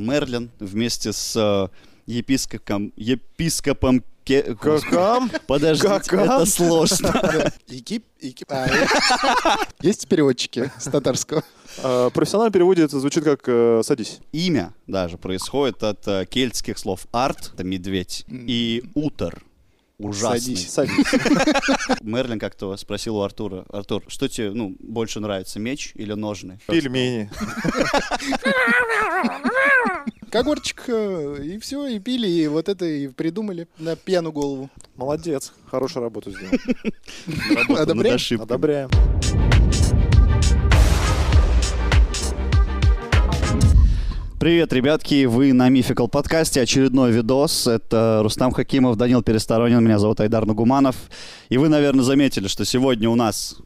Мерлин вместе с э, епископом, епископом Ке... Какам? Подождите, Какам? это сложно. Ики, ики- а, э. Есть переводчики с татарского? Э, Профессионально переводит, это звучит как э, «садись». Имя даже происходит от э, кельтских слов арт, это медведь, и утор, ужасный. Садись. «Садись». Мерлин как-то спросил у Артура, Артур, что тебе ну, больше нравится, меч или ножны? Пельмени. Когорчик, э, и все, и пили, и вот это и придумали на пьяну голову. Молодец. Хорошую работу сделал. Работа над Одобряем? ошибками. Одобряем. Привет, ребятки, вы на Мификал подкасте, очередной видос. Это Рустам Хакимов, Данил Пересторонин, меня зовут Айдар Нагуманов. И вы, наверное, заметили, что сегодня у нас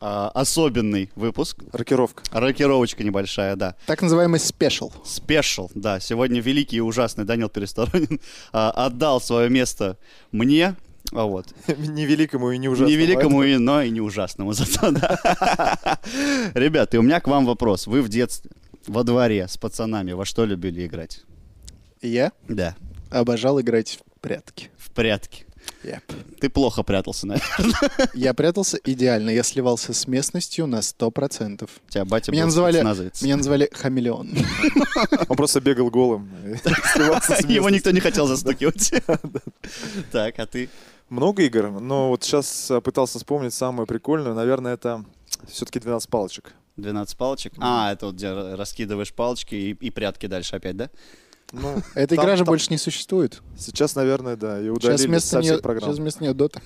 а, особенный выпуск. Рокировка. Рокировочка небольшая, да. Так называемый спешл. Спешл, да. Сегодня великий и ужасный Данил Пересторонин а, отдал свое место мне, а вот, Не великому и не ужасному. не великому, и, но и не ужасному зато, да. Ребят, и у меня к вам вопрос. Вы в детстве, во дворе с пацанами во что любили играть? Я Да, обожал играть в прятки. в прятки. Yep. Ты плохо прятался, наверное. Я прятался идеально, я сливался с местностью на спецназовец. Тебя батя Меня был называли, спецназовец. меня называли хамелеон. Он просто бегал голым. и сливался с Его местностью. никто не хотел застукивать. Так, а ты? Много игр, но вот сейчас пытался вспомнить самую прикольную. Наверное, это все-таки 12 палочек. 12 палочек? А, это вот где раскидываешь палочки и, и прятки дальше опять, да? Ну, Эта там- игра же там- больше не существует. Сейчас, наверное, да, и удалили Сейчас вместо со всех нее программ. сейчас вместо нее дота.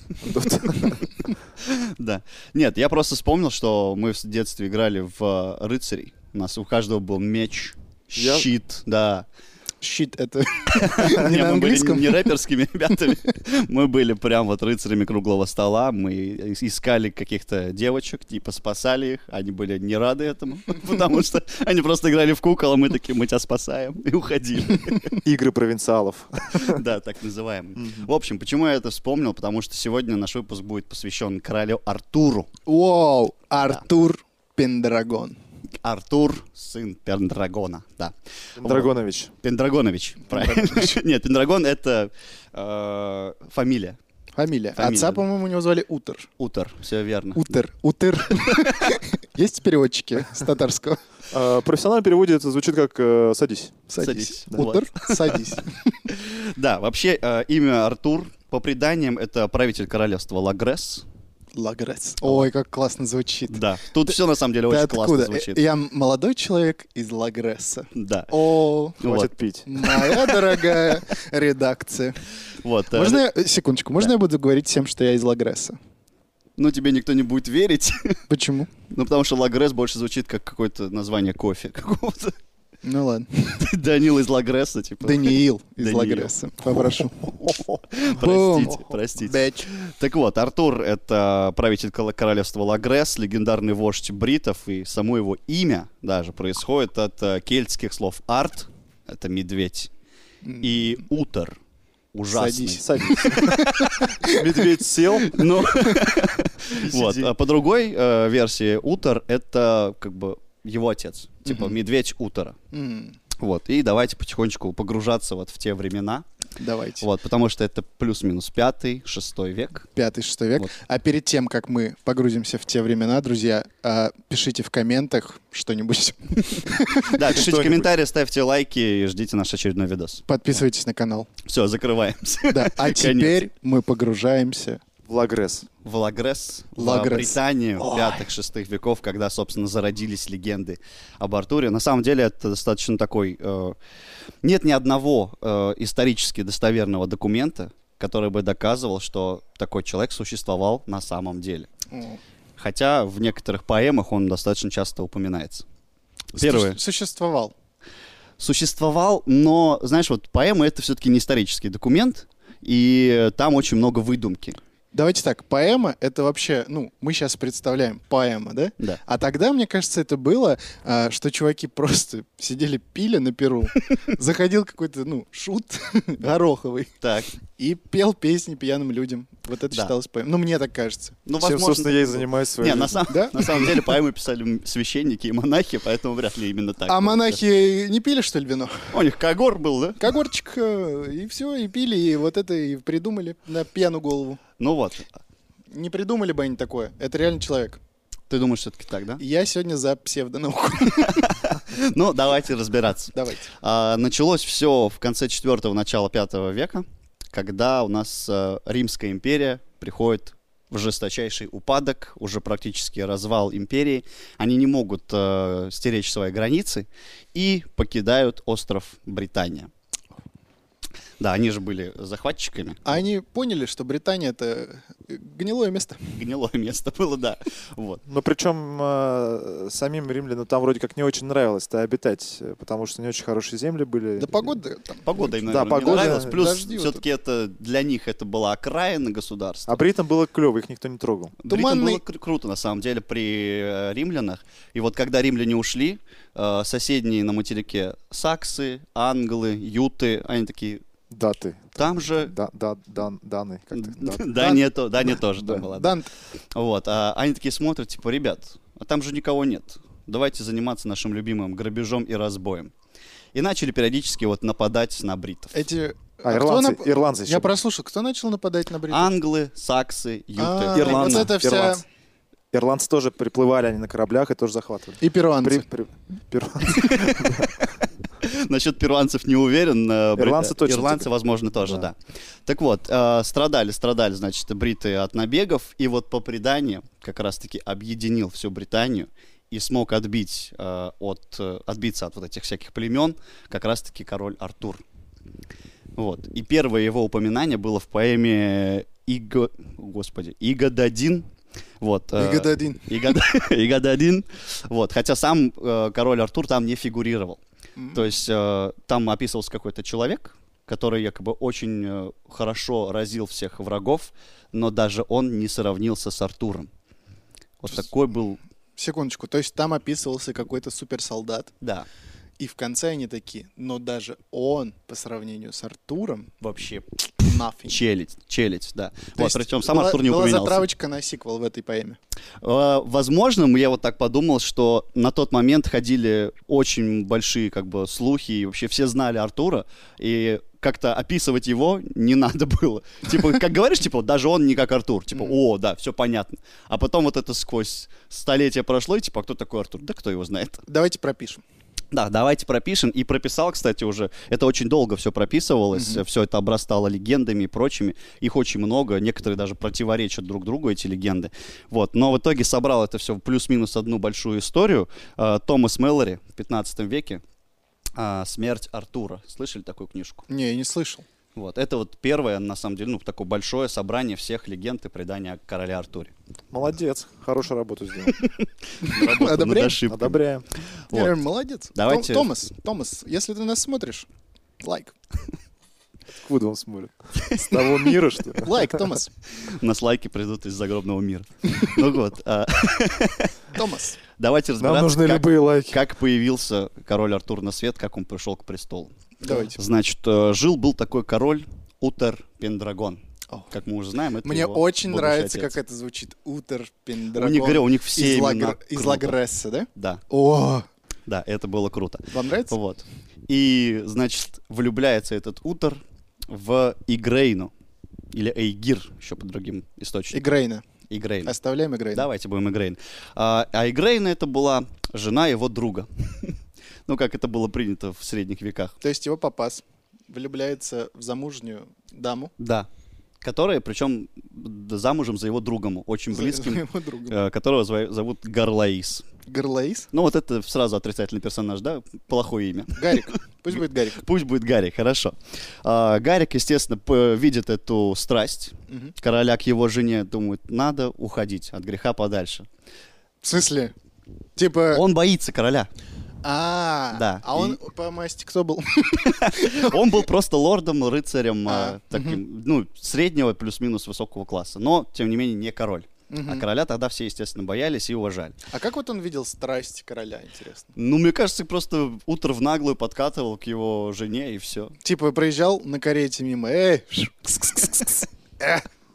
Да. Нет, я просто вспомнил, что мы в детстве играли в э, рыцарей. У нас у каждого был меч, Я- щит, да. Щит это Не, не мы были на английском. не рэперскими ребятами. Мы были прям вот рыцарями круглого стола. Мы ис- искали каких-то девочек, типа спасали их. Они были не рады этому, потому что они просто играли в кукол, а мы такие, мы тебя спасаем, и уходили. Игры провинциалов. Да, так называемые. В общем, почему я это вспомнил? Потому что сегодня наш выпуск будет посвящен королю Артуру. Вау, Артур Пендрагон. Артур, сын Пендрагона, да. Драгонович. Пендрагонович, правильно. Нет, Пендрагон — это э, фамилия. Фамилия, Фамилия. Отца, да. по-моему, у него звали Утер. Утор, все верно. Утер. Утер. Есть переводчики с татарского? Э, Профессионально переводит, это звучит как э, «садись». Садись. Садись. Да. Утер, садись. Да, вообще э, имя Артур по преданиям это правитель королевства Лагресс. Лагресс. Ой, как классно звучит. Да, тут все на самом деле Ты очень классно откуда? Э, звучит. Я молодой человек из Лагресса. Да, О, Хватит пить. моя дорогая редакция. вот. э, Можно я, секундочку, можно Да. я буду говорить всем, что я из Лагресса? Ну тебе никто не будет верить, Почему? ну потому что Лагресс больше звучит как какое-то название кофе какого-то. Ну ладно. Данил из Лагресса, типа. Даниил из Даниил. Лагресса. Попрошу. Простите, Бум. простите. Бэч. Так вот, Артур — это правитель коло- королевства Лагресс, легендарный вождь бритов, и само его имя даже происходит от э, кельтских слов «арт» — это медведь, и «утор» — ужасный. Садись. «Садись». Медведь сел. Ну, вот. сиди. а По другой э, версии, «утор» — это как бы его отец, типа медведь Утора. М, Вот, и давайте потихонечку погружаться вот в те времена, Давайте. вот, потому что это плюс-минус пятый, шестой век. Пятый, шестой век. Вот. А перед тем, как мы погрузимся в те времена, друзья, а, пишите в комментах что-нибудь. Да, пишите Что-нибудь. комментарии, ставьте лайки и ждите наш очередной видос. Подписывайтесь на канал. Все, закрываемся. Да. А Конец. теперь мы погружаемся. В Лагресс. В Лагресс, в Лагресс. Британию Ой. пятых-шестых веков, когда, собственно, зародились легенды об Артуре. На самом деле это достаточно такой... э, нет ни одного э, исторически достоверного документа, который бы доказывал, что такой человек существовал на самом деле. О. Хотя в некоторых поэмах он достаточно часто упоминается. Первое. Су- Существовал. существовал, но, знаешь, вот поэма это все-таки не исторический документ, и там очень много выдумки. Давайте так, поэма — это вообще, ну, мы сейчас представляем поэма, да? Да. А тогда, мне кажется, это было, а, что чуваки просто Сидели, пили на перу. Заходил какой-то, ну, шут гороховый Так. и пел песни пьяным людям. Вот это Да. считалось поэм. Ну, мне так кажется. Ну, Чем, собственно, я и занимаюсь своей Не, на, жизнью. сам- Да? на самом деле поэмы писали м- священники и монахи, поэтому вряд ли именно так. А было. монахи не пили, что ли, вино? У них когор был, да? Когорчик, э, и все, и пили, и вот это и придумали на пьяну голову. Ну вот. Не придумали бы они такое. Это реально человек. Ты думаешь все-таки так, да? Я сегодня за псевдонауку. Ну, давайте разбираться. Давайте. А, началось все в конце 4 начало 5 века, когда у нас э, Римская империя приходит в жесточайший упадок, уже практически развал империи. Они не могут э, стеречь свои границы и покидают остров Британия. Да, они же были захватчиками. А они поняли, что Британия это э, гнилое место. Гнилое место было, да. Вот. Но причем э, Ну, самим римлянам там вроде как не очень нравилось-то обитать, э, потому что не очень хорошие земли были. Да погода там. Погода им, наверное, Да, не погода, нравилась. Плюс дожди вот все-таки это для них это была окраина государства. А бритам было клево, их никто не трогал. Бритам Туманный- было кру- круто, на самом деле, при э, римлянах. И вот когда римляне ушли, э, соседние на материке саксы, англы, юты, они такие, Да ты. там же... Да, да, да, даны. Как ты? Да. Да, не то, да, не тоже там Да. была. да. Дант. Вот, а они такие смотрят, типа, ребят, а там же никого нет. Давайте заниматься нашим любимым грабежом и разбоем. И начали периодически вот нападать на бритов. Эти... А, кто ирландцы, нап- ирландцы еще. Я прослушал, кто начал нападать на бритов? Англы, саксы, юты. А, были. Ирландцы, вот это вся- ирландцы. Ирландцы тоже приплывали они на кораблях и тоже захватывали. И перуанцы. А? При- при- перуанцы. Насчет перуанцев не уверен. э, брит- Ирландцы точно Ирландцы, так. возможно, тоже, да. Да. Так вот, э, страдали, страдали, значит, бриты от набегов. И вот по преданию как раз-таки объединил всю Британию и смог отбить э, от, э, отбиться от вот этих всяких племен как раз-таки король Артур. Вот. И первое его упоминание было в поэме Иго... Господи, Игодадин. Вот, э, Игодадин. Игода- Игодадин. Вот, хотя сам э, король Артур там не фигурировал. То есть э, там описывался какой-то человек, который якобы очень э, хорошо разил всех врагов, но даже он не сравнился с Артуром. Вот такой был, Секундочку. То есть там описывался какой-то суперсолдат. да, И в конце они такие, но даже он по сравнению с Артуром вообще nothing. челядь, челядь, да. То вот, есть причем сам была- Артур не Была упоминался. затравочка на сиквел в этой поэме. Э, Возможно, м, я вот так подумал, что на тот момент ходили очень большие как бы слухи, и вообще все знали Артура, и как-то описывать его не надо было. Типа, как говоришь, типа, даже он не как Артур. Типа, Мгм. о, да, все понятно. А потом вот это сквозь столетия прошло, и типа, а кто такой Артур? Да кто его знает? Давайте пропишем. Да, давайте пропишем. И прописал, кстати, уже. Это очень долго все прописывалось, Мгм. все это обрастало легендами и прочими. Их очень много, некоторые даже противоречат друг другу, эти легенды. Вот. Но в итоге собрал это все в плюс-минус одну большую историю. Э, Томас Меллори в 15 веке. а, Смерть Артура. Слышали такую книжку? Не, я не слышал. Вот. Это вот первое, на самом деле, ну, такое большое собрание всех легенд и преданий о короле Артуре. Молодец, хорошую работу сделал. Работа над Одобряем? ошибками. Одобряем. Вот. Не, реально, молодец. Том- Давайте- Томас, Томас, если ты нас смотришь, лайк. Откуда он смотрит? С того мира, что ли? Лайк, Томас. У нас лайки придут из загробного мира. Ну вот. а, Томас. Давайте Нам разбираться, нужны как любые лайки. Как появился король Артур на свет, как он пришел к престолу? Давайте. Значит, э, жил был такой король Утер Пендрагон. О. Как мы уже знаем, это Мне его очень будущий нравится, отец. как это звучит. Утер, У Пендрагон. них, говорю, у них все из, имена Лагр- из круто. Лагресса, да? Да, О, да, это было круто. вам нравится? Вот. И, значит, влюбляется этот Утер в Игрейну. Или Эйгир, еще по другим источникам. Игрейна. Игрейн. Оставляем Игрейна. Давайте будем Игрейн. А, а Игрейна это была жена его друга. ну, как это было принято в средних веках. То есть его попас влюбляется в замужнюю даму. Да. Которая, причем д- замужем за его другом, очень за- близким, за его другом. э, которого зва- зовут Гарлаис. Гарлаис? Ну вот это сразу отрицательный персонаж, да? Плохое имя. Гарик. Пусть будет Гарик. Пусть будет Гарик, хорошо. А, Гарик, естественно, п- видит эту страсть Мгм. короля к его жене, думает, надо уходить от греха подальше. В смысле? Типа... Он боится короля. А, Да, А и- он по масти кто был? Он был просто лордом, рыцарем, а, А, таким, ну, среднего плюс-минус высокого класса, но, тем не менее, не король. А Мгм. короля тогда все, естественно, боялись и уважали. А как вот он видел страсть короля, интересно? Ну, мне кажется, просто утро в наглую подкатывал к его жене, и все. Типа проезжал на карете мимо, эй,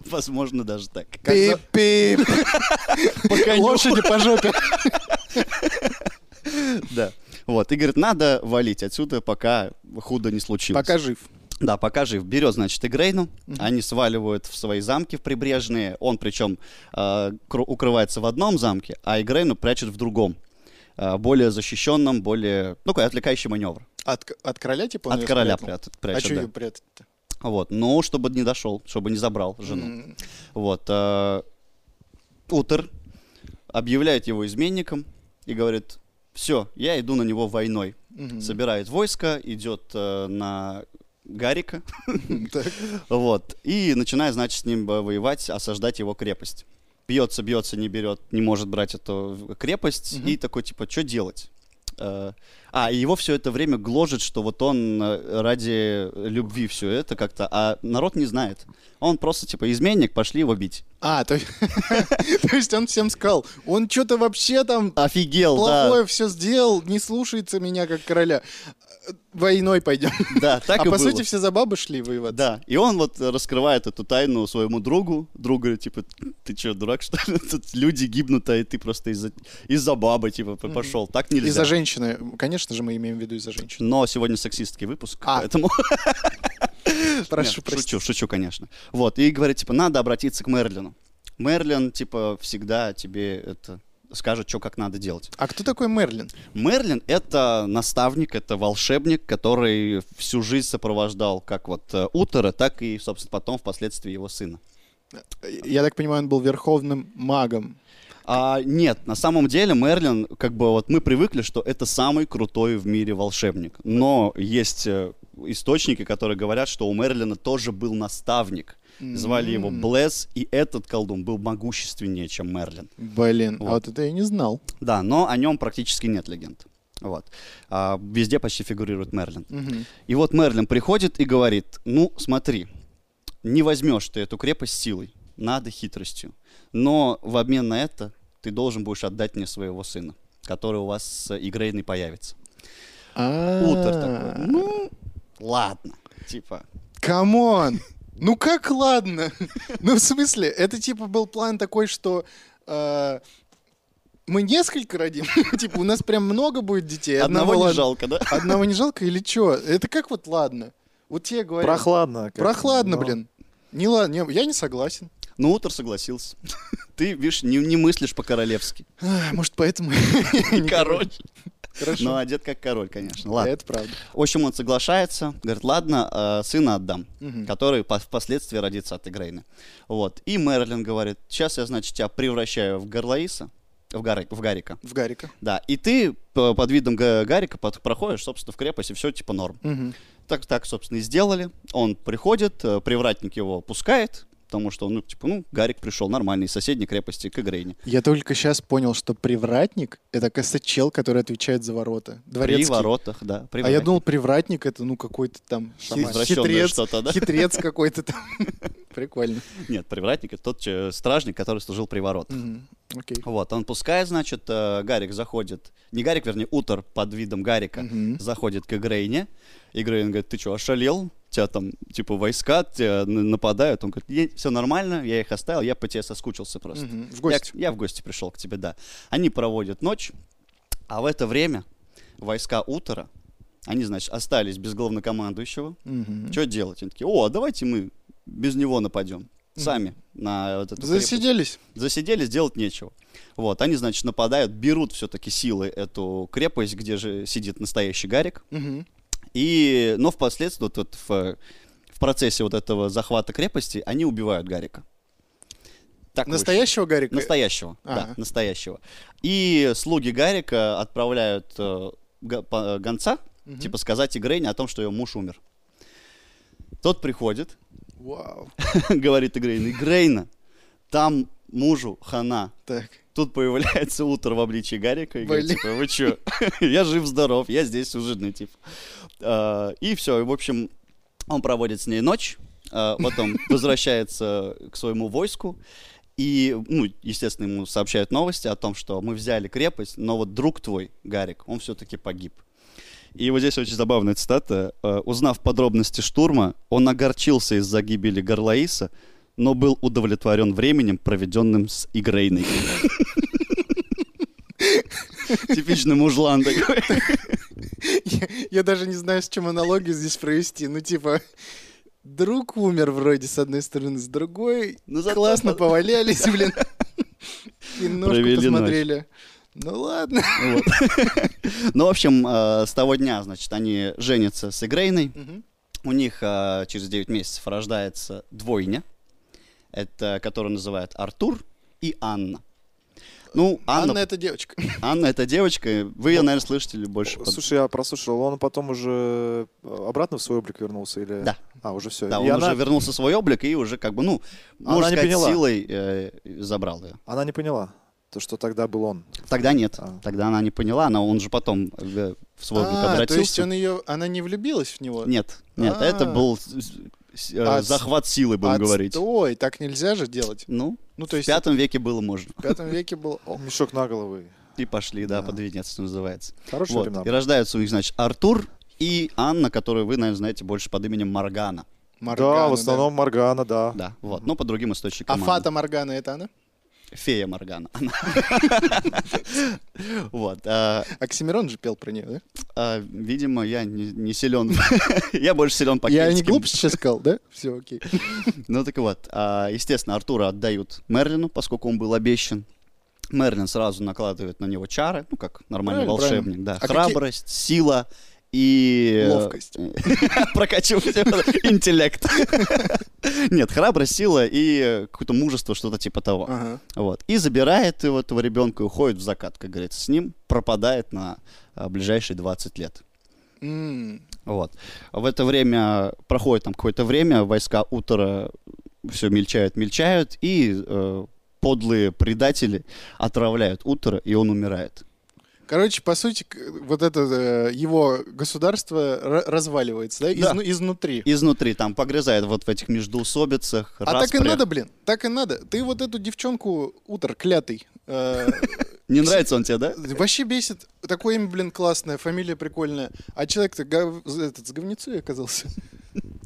Возможно, даже так. за- пип-пип, лошади по жопе. Да. Вот, и говорит, надо валить отсюда, пока худо не случилось. Пока жив. Да, пока жив. Берет, значит, Игрейну. Они сваливают в свои замки в прибрежные. Он, причем, э, кру- укрывается в одном замке, а Игрейну прячет в другом. Э, более защищенном, более... Ну, какой отвлекающий маневр. От к- от короля, типа, он От её короля спрятал? прят- А прячет. что да. ее прятать-то? Вот. Ну, чтобы не дошел, чтобы не забрал жену. М, Вот. э, Утер объявляет его изменником и говорит, все, я иду на него войной. мгм. Собирает войско, идет э, на Гарика, Так. вот, и начинает, значит, с ним э, воевать, осаждать его крепость. Бьется, бьется, не берет, не может брать эту в- крепость, Мгм. и такой, типа, что делать? Э, А, и его все это время гложет, что вот он э, ради любви все это как-то, а народ не знает. Он просто, типа, изменник, пошли его бить. А, то то есть он всем сказал, он что-то вообще там Офигел, плохое все сделал, не слушается меня как короля. Э, Войной пойдем. да. Да, так А и по было. сути все за бабы шли воевать. Да, и он вот раскрывает эту тайну своему другу. Друг говорит, типа, ты что, дурак, что ли? Тут люди гибнут, а ты просто из-за из бабы, типа, п- пошел. Так нельзя. Из-за женщины, конечно же, мы имеем в виду из-за женщины. Но сегодня сексистский выпуск, А. поэтому... Прошу Нет, простить. Шучу, шучу, конечно. Вот, и говорит, типа, надо обратиться к Мерлину. Мерлин, типа, всегда тебе это скажет, что как надо делать. А кто такой Мерлин? Мерлин — это наставник, это волшебник, который всю жизнь сопровождал как вот э, Утера, так и, собственно, потом впоследствии его сына. Я так понимаю, он был верховным магом. А, нет, на самом деле Мерлин, как бы вот мы привыкли, что это самый крутой в мире волшебник. Но есть э, источники, которые говорят, что у Мерлина тоже был наставник. Звали его М. Блэс, и этот колдун был могущественнее, чем Мерлин. Блин, а Вот. вот это я не знал. Да, но о нем практически нет легенд. Вот. А, везде почти фигурирует Мерлин. Мгм. И вот Мерлин приходит и говорит, ну смотри, не возьмешь ты эту крепость силой, надо хитростью. Но в обмен на это ты должен будешь отдать мне своего сына, который у вас с Игрейной появится. А. Утер такой, ну ладно, типа. Камон! Ну как ладно? Ну в смысле, это типа был план такой, что э, мы несколько родим. Типа у нас прям много будет детей. Одного не ладно. жалко, да? Одного не жалко или что? Это как вот ладно? Вот тебе говорят. Прохладно. как-то, Прохладно, но- блин. Не ладно, не- я не согласен. Ну, Утер согласился. Ты, видишь, не, не мыслишь по-королевски. Ах, Может, поэтому... я не- Король. Хорошо. Но Ну, одет как король, конечно. Ладно. Это правда. В общем, он соглашается, говорит, ладно, э, сына отдам. Мгм. который по- впоследствии родится от Игрейна. Вот. И Мерлин говорит, сейчас я, значит, тебя превращаю в Гарлаиса, в, Гарри- в Гарика. В Гарика. Да, и ты п- под видом Га- Гарика под- проходишь, собственно, в крепость, и все типа норм. Мгм. Так, так, собственно, и сделали. Он приходит, э, привратник его пускает, потому что, ну, типа, ну, Гарик пришел нормальный из соседней крепости к Игрейне. Я только сейчас понял, что привратник — это, оказывается, чел, который отвечает за ворота. При Дворецкий. воротах, да. А я думал, привратник — это, ну, какой-то там хи- Извращенное хитрец. что-то, да? Хитрец какой-то там. Прикольно. Нет, привратник — это тот э, стражник, который служил при воротах. Мгм. Окей. Вот, он пускает, значит, э, Гарик заходит, не Гарик, вернее, Утор под видом Гарика Мгм. заходит к Игрейне, и Игрейн говорит, ты что, ошалел? Тебя там, типа, войска тебя н- нападают. Он говорит, все нормально, я их оставил, я по тебе соскучился просто. Мгм. В Я- гости. Я, в гости пришел к тебе, да. Они проводят ночь, а в это время войска Утора, они, значит, остались без главнокомандующего. Мгм. Что делать? Они такие, о, а давайте мы без него нападем. Сами на вот эту крепость». Засиделись? Засидели, сделать нечего. Вот, они, значит, нападают, берут все-таки силы эту крепость, где же сидит настоящий Гарик. Мгм. И, но впоследствии, вот, тут в, в процессе вот этого захвата крепости, они убивают Гарика. Так вышло. Настоящего Гарика? Настоящего, да, Ага. настоящего. И слуги Гарика отправляют э, га- по- гонца, Мгм. типа сказать Игрейне о том, что ее муж умер. Тот приходит, Вау. говорит Игрейне, Игрейна, там мужу хана, Так. Тут появляется утро в обличии Гарика и говорит, Блин. типа, вы чё? Я жив-здоров, я здесь ужинный, тип. типа». А, И все, в общем, он проводит с ней ночь, а, потом возвращается к своему войску, И, ну, естественно, ему сообщают новости о том, что мы взяли крепость, но вот друг твой, Гарик, он все-таки погиб. И вот здесь очень забавная цитата. Э, Узнав подробности штурма, он огорчился из-за гибели Гарлаиса, но был удовлетворен временем, проведенным с Игрейной. Типичный мужлан такой. Я, я даже не знаю, с чем аналогию здесь провести. Ну, типа, друг умер вроде с одной стороны, с другой. Ну, зато Классно по- повалялись, блин. Киношку Провели ночь. посмотрели. Ну ладно. Вот. Ну, в общем, э, с того дня, значит, они женятся с Игрейной. Мгм. У них э, через 9 месяцев рождается двойня, это, которую называют Артур и Анна. Ну, Анна, Анна Анна, это девочка. это девочка, вы ее, наверное, слышали больше. под- Ну, Слушай, я прослушал, он потом уже э, обратно в свой облик вернулся или... Да. А, уже все. Да, и он она, уже вернулся в свой облик и уже как бы, ну, Она можно не сказать, поняла. силой э, забрал ее. она не поняла, то, что тогда был он. Тогда нет, А. тогда она не поняла, но он же потом э, в свой облик А, то обратился. есть он ее, она не влюбилась в него? Нет, нет, это типа, А. был с- с- э, Отс- захват силы, будем говорить. Ой, так нельзя же делать. Ну, Ну, то есть в пятом веке было можно. в пятом веке был... О, Мешок на голову. И пошли, да, Да. под венец, что называется. Ну, Хорошие Вот. времена. И рождаются у них, значит, Артур и Анна, которую вы, наверное, знаете больше под именем Маргана. Моргана, да, в основном Моргана, да. Да, вот. Ну, по другим источникам. А Анна. Фата Моргана это она? Фея Моргана. Она. Вот. а, Оксимирон же пел про нее, да? а, Видимо, я не не силен. Я больше силен по Я не кельтским. глупо сейчас сказал, да? Все, окей. Ну так вот, а, естественно, Артура отдают Мерлину, поскольку он был обещан. Мерлин сразу накладывает на него чары, ну как нормальный Правильно, волшебник, да. А какие- Храбрость, сила и... э, Ловкость. Прокачиваю всё это, интеллект. Нет, храбрость, сила и э, какое-то мужество, что-то типа того. Ага. Вот. И забирает его, этого ребенка, и уходит в закат, как говорится, с ним, пропадает на а, ближайшие 20 лет. М, Вот. В это время проходит там какое-то время, войска Утора все мельчают, мельчают, и э, подлые предатели отравляют Утора, и он умирает. Короче, по сути, к- вот это э, его государство ра- разваливается, да? Да. Изну- Изнутри. Изнутри там погрызает вот в этих междоусобицах. А так и распрях. надо, блин, так и надо. Ты вот эту девчонку, утр, клятый, э, Не нравится он тебе, да? вообще бесит. Такое имя, блин, классное, фамилия прикольная. А человек-то гов- этот, с говнецой оказался.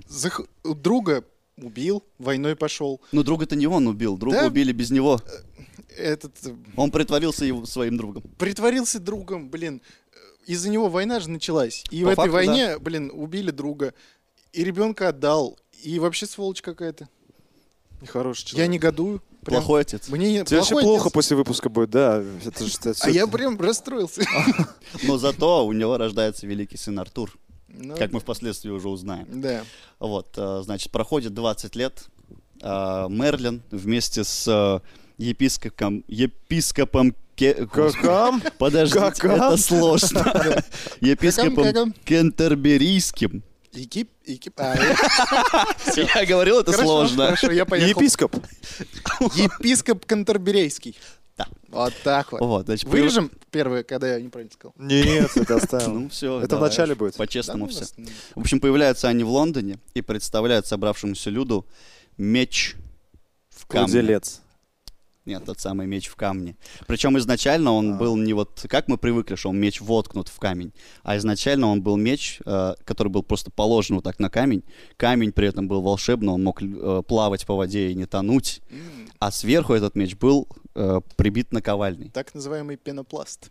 Зах- Друга убил, войной пошел. Ну, друга-то не он убил, друга Да? убили без него. Этот э, Он притворился его своим другом. притворился другом, блин. Э, Из-за него война же началась. И По в этой факту, войне, блин, убили друга. И ребенка отдал. И вообще сволочь какая-то. Нехороший Я человек. негодую. Прям. Плохой отец. Мне не- Тебе очень плохой плохо отец. после выпуска будет, да. Это же- это А всё- я прям расстроился. А, Но зато у него рождается великий сын Артур, Ну, как мы впоследствии уже узнаем. Да. Вот, э, значит, проходит 20 лет. а, Мерлин вместе с э, епископом... Епископом... Ке- Господи, Какам? Подождите, какам? это сложно. Какам, Епископом какам? Кентерберийским. Экип, экип. а, э, Я говорил, это хорошо, сложно. Хорошо, я поехал. Епископ. Епископ Кантерберейский. Да. Вот так вот. Вот, значит, при- Вырежем первое, когда я неправильно сказал. Нет, это Ну оставил. все, Это в начале будет. По-честному Да ну все. вас на- В общем, появляются они в Лондоне и представляют собравшемуся люду меч в камне. Кладелец. Нет, тот самый меч в камне. Причем изначально он А. был не вот, как мы привыкли, что он меч воткнут в камень, а изначально он был меч, э, который был просто положен вот так на камень. Камень при этом был волшебный, он мог э, плавать по воде и не тонуть. М, А сверху этот меч был э, прибит наковальный. Так называемый пенопласт.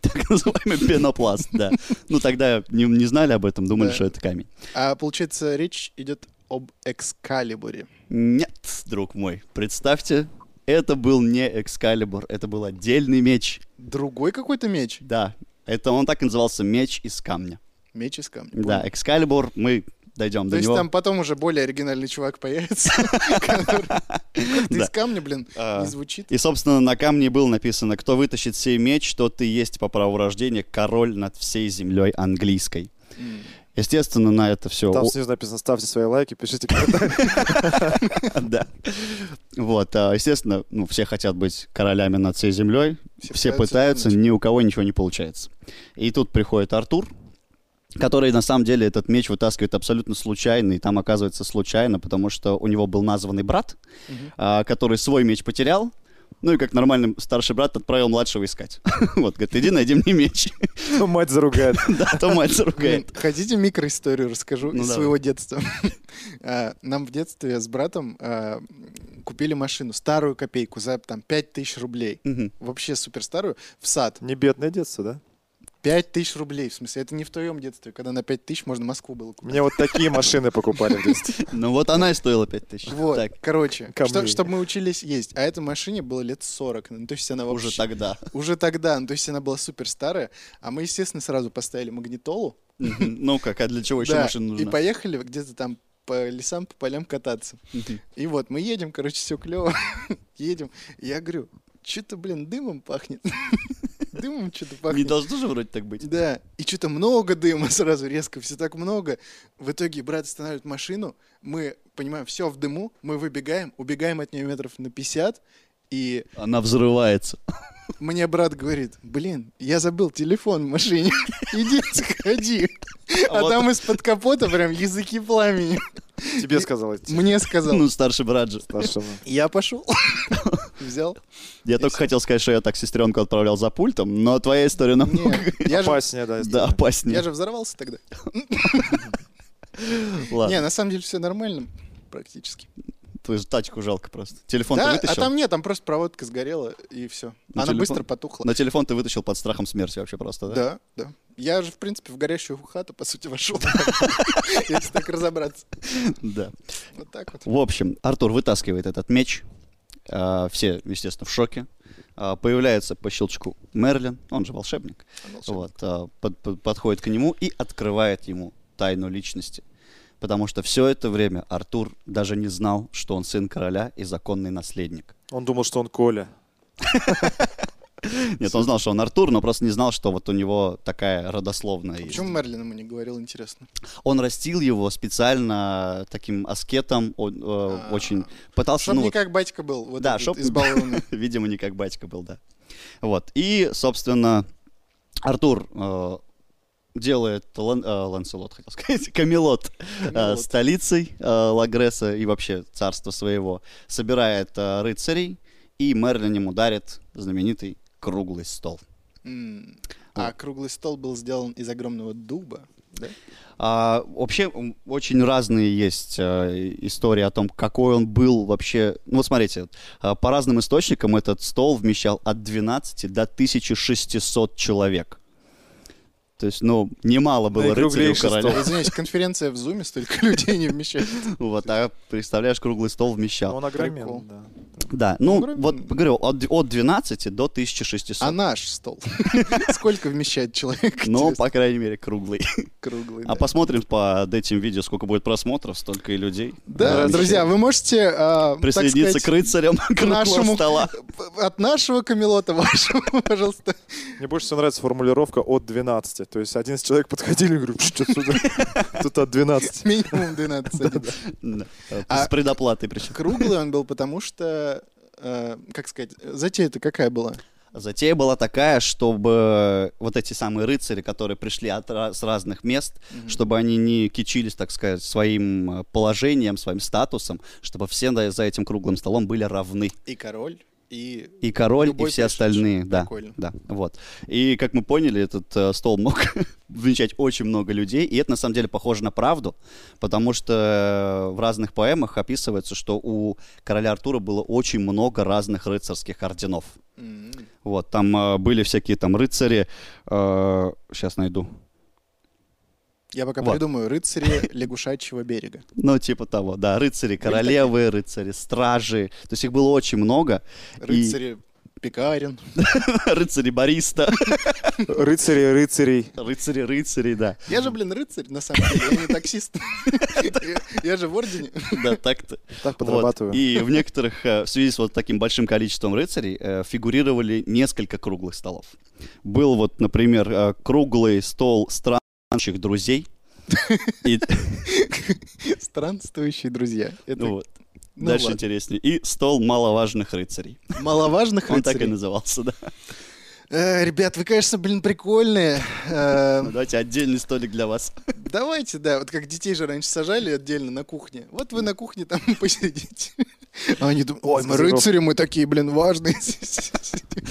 Так называемый пенопласт, да. Ну тогда не, не знали об этом, думали, Да. что это камень. А получается, речь идет об Экскалибуре. Нет, друг мой, представьте, это был не Экскалибур, это был отдельный меч. Другой какой-то меч. Да, это он так и назывался «Меч из камня». Меч из камня. Да, Экскалибур, мы дойдем То до есть него. там потом уже более оригинальный чувак появится. который- Как-то из Да. камня, блин, А. не звучит. И, собственно, на камне было написано, кто вытащит сей меч, тот и есть по праву рождения король над всей землей английской. М. Естественно, на это все... Там снизу написано, ставьте свои лайки, пишите комментарии. да. Вот, а, естественно, ну, все хотят быть королями над всей землей, все, пытаются, вернуть. ни у кого ничего не получается. И тут приходит Артур, который на самом деле этот меч вытаскивает абсолютно случайно, и там оказывается случайно, потому что у него был названный брат, Мгм. а, который свой меч потерял, Ну и как нормальный старший брат отправил младшего искать. Вот, говорит, иди найди мне меч. Ну, мать заругает. Да, а то мать Блин, заругает. хотите микроисторию расскажу Ну, из давай. своего детства? А, Нам в детстве с братом а, купили машину, старую копейку за там 5000 рублей. Мгм. Вообще супер старую, в сад. Не бедное детство, да? 5000 рублей, в смысле, это не в твоем детстве, когда на 5000 можно Москву было купить. Мне вот такие машины покупали в детстве. Ну вот она и стоила 5000. Вот, Типа Так, короче, Ко что, мне. чтобы мы учились есть. А этой машине было лет 40, ну, то есть она вообще... уже тогда. Уже тогда, ну, то есть она была супер старая, а мы, естественно, сразу поставили магнитолу, Мгм. Ну как, а для чего еще Да, машина И нужна? поехали где-то там по лесам, по полям кататься. Мгм. И вот мы едем, короче, все клево. едем. Я говорю, что-то, блин, дымом пахнет. дымом что-то Не пахнет. должно же вроде так быть. Да, и что-то много дыма сразу резко, все так много. В итоге брат останавливает машину, мы понимаем, все в дыму, мы выбегаем, убегаем от нее метров на 50, и Она взрывается. мне брат говорит, блин, я забыл телефон в машине, иди сходи. А Вот. там из-под капота прям языки пламени. Тебе сказал идти. Мне сказал. Ну, старший брат же. Старшему. Я пошел. Взял. Я только всё. хотел сказать, что я так сестренку отправлял за пультом, но твоя история намного... Не, я же, Опаснее, да. Да, история. опаснее. я же взорвался тогда. Не, Ладно, на самом деле все нормально практически. твою же тачку жалко просто. Телефон ты Да, а вытащил? там нет, там просто проводка сгорела и все. На Она телефон? быстро потухла. На телефон ты вытащил под страхом смерти вообще просто, да? Да, да. Я же, в принципе, в горящую хату, по сути, вошел. Если так разобраться. Да. Вот так вот. В общем, Артур вытаскивает этот меч. А, Все, естественно, в шоке. А, Появляется по щелчку Мерлин, он же волшебник. Вот, а, под- под- подходит к нему и открывает ему тайну личности. Потому что все это время Артур даже не знал, что он сын короля и законный наследник. Он думал, что он Коля. Нет, он знал, что он Артур, но просто не знал, что вот у него такая родословная есть. Почему Мерлин ему не говорил, интересно? Он растил его специально таким аскетом, он, э, А. очень пытался... Чтоб ну, не вот- как батька был, вот Да, этот чтоб- избалованный. Видимо, не как батька был, да. Вот. И, собственно, Артур э, делает Лан- э, Ланселот, хотел сказать, Камелот, э, Камелот. столицей э, Лагресса и вообще царства своего. Собирает э, рыцарей, и Мерлин ему дарит знаменитый круглый стол. М. А круглый стол был сделан из огромного дуба. Да? А, вообще, м, очень разные есть э, и- истории о том, какой он был вообще. Ну, вот смотрите, э, по разным источникам этот стол вмещал от 12 до 1600 человек. То есть, ну, немало было рыцарей у Наикруглейший короля. А, Извиняюсь, конференция в зуме, столько людей не вмещает. Вот, а представляешь, круглый стол Но вмещал. он Прикол. огромен, да. Да, ну, огромен. вот говорю, от, от 12 до 1600. А наш стол? Сколько вмещает человек? Но, интересно, Ну, по крайней мере, круглый. круглый. А да. посмотрим под этим видео, сколько будет просмотров, столько и людей. Да, Э, друзья, вы можете а, так присоединиться сказать, к рыцарям круглого нашему- стола. от нашего камелота вашего, пожалуйста. Мне больше всего нравится формулировка от 12. То есть 11 человек подходили и говорю, что сюда? Тут от 12. Минимум 12. один. Да. А- С предоплатой причем. Круглый он был, потому что, э, как сказать, затея-то какая была? Затея была такая, чтобы вот эти самые рыцари, которые пришли от, ра- с разных мест, чтобы они не кичились, так сказать, своим э, положением, своим статусом, чтобы все на- за этим круглым столом были равны. И король, и... И король, Любой и все пришедший. остальные. Да, Прикольно. да, вот. И, как мы поняли, этот э, стол мог вмещать очень много людей, и это, на самом деле, похоже на правду, потому что э, в разных поэмах описывается, что у короля Артура было очень много разных рыцарских орденов. М. Вот, там э, были всякие там рыцари. сейчас найду. Я пока Вот. придумаю рыцари лягушачьего берега. Ну, типа того, да, рыцари, королевы, рыцари, стражи. То есть их было очень много. И Рыцари пекарен. рыцари бариста, Рыцари рыцарей. рыцари рыцарей, да. Я же, блин, рыцарь, на самом деле, я не таксист. Я- Я же в ордене. Да, так-то. Так Вот. подрабатываю. И в некоторых, э, в связи с вот таким большим количеством рыцарей, э, фигурировали несколько круглых столов. Был вот, например, э, круглый стол странных друзей. И, Странствующие друзья. Это ну, вот. ну Дальше ладно. интереснее. И стол маловажных рыцарей. маловажных Он так и рыцарей. назывался, да. Э, Ребят, вы, конечно, блин, прикольные. Э, Ну, Давайте отдельный столик для вас. Давайте, да, вот как детей же раньше сажали отдельно на кухне. Вот вы на кухне там и посидите. А они думают, ой, мы Газировка. рыцари, мы такие, блин, важные.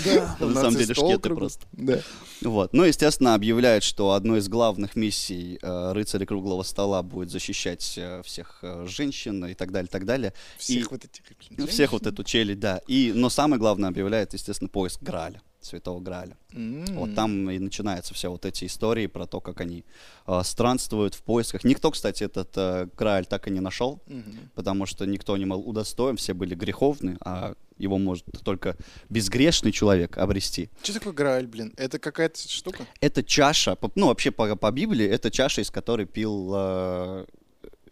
Да. На У нас самом деле 100 шкеты округов. просто. Да. Вот. Ну, естественно, объявляет, что одной из главных миссий э, рыцаря круглого стола будет защищать э, всех э, женщин и так далее, так далее. Всех И- вот этих... Ну, Всех вот эту челядь, да. И, но самое главное объявляет, естественно, поиск Граля, святого Граля. М. Вот там и начинаются все вот эти истории про то, как они э, странствуют в поисках. Никто, кстати, этот э, Грааль так и не нашел, Мгм. потому что никто не был удостоен, все были греховны, а его может только безгрешный человек обрести. Что такое Грааль, блин? Это какая-то штука? Это чаша, по- ну вообще по, по Библии, это чаша, из которой пил э,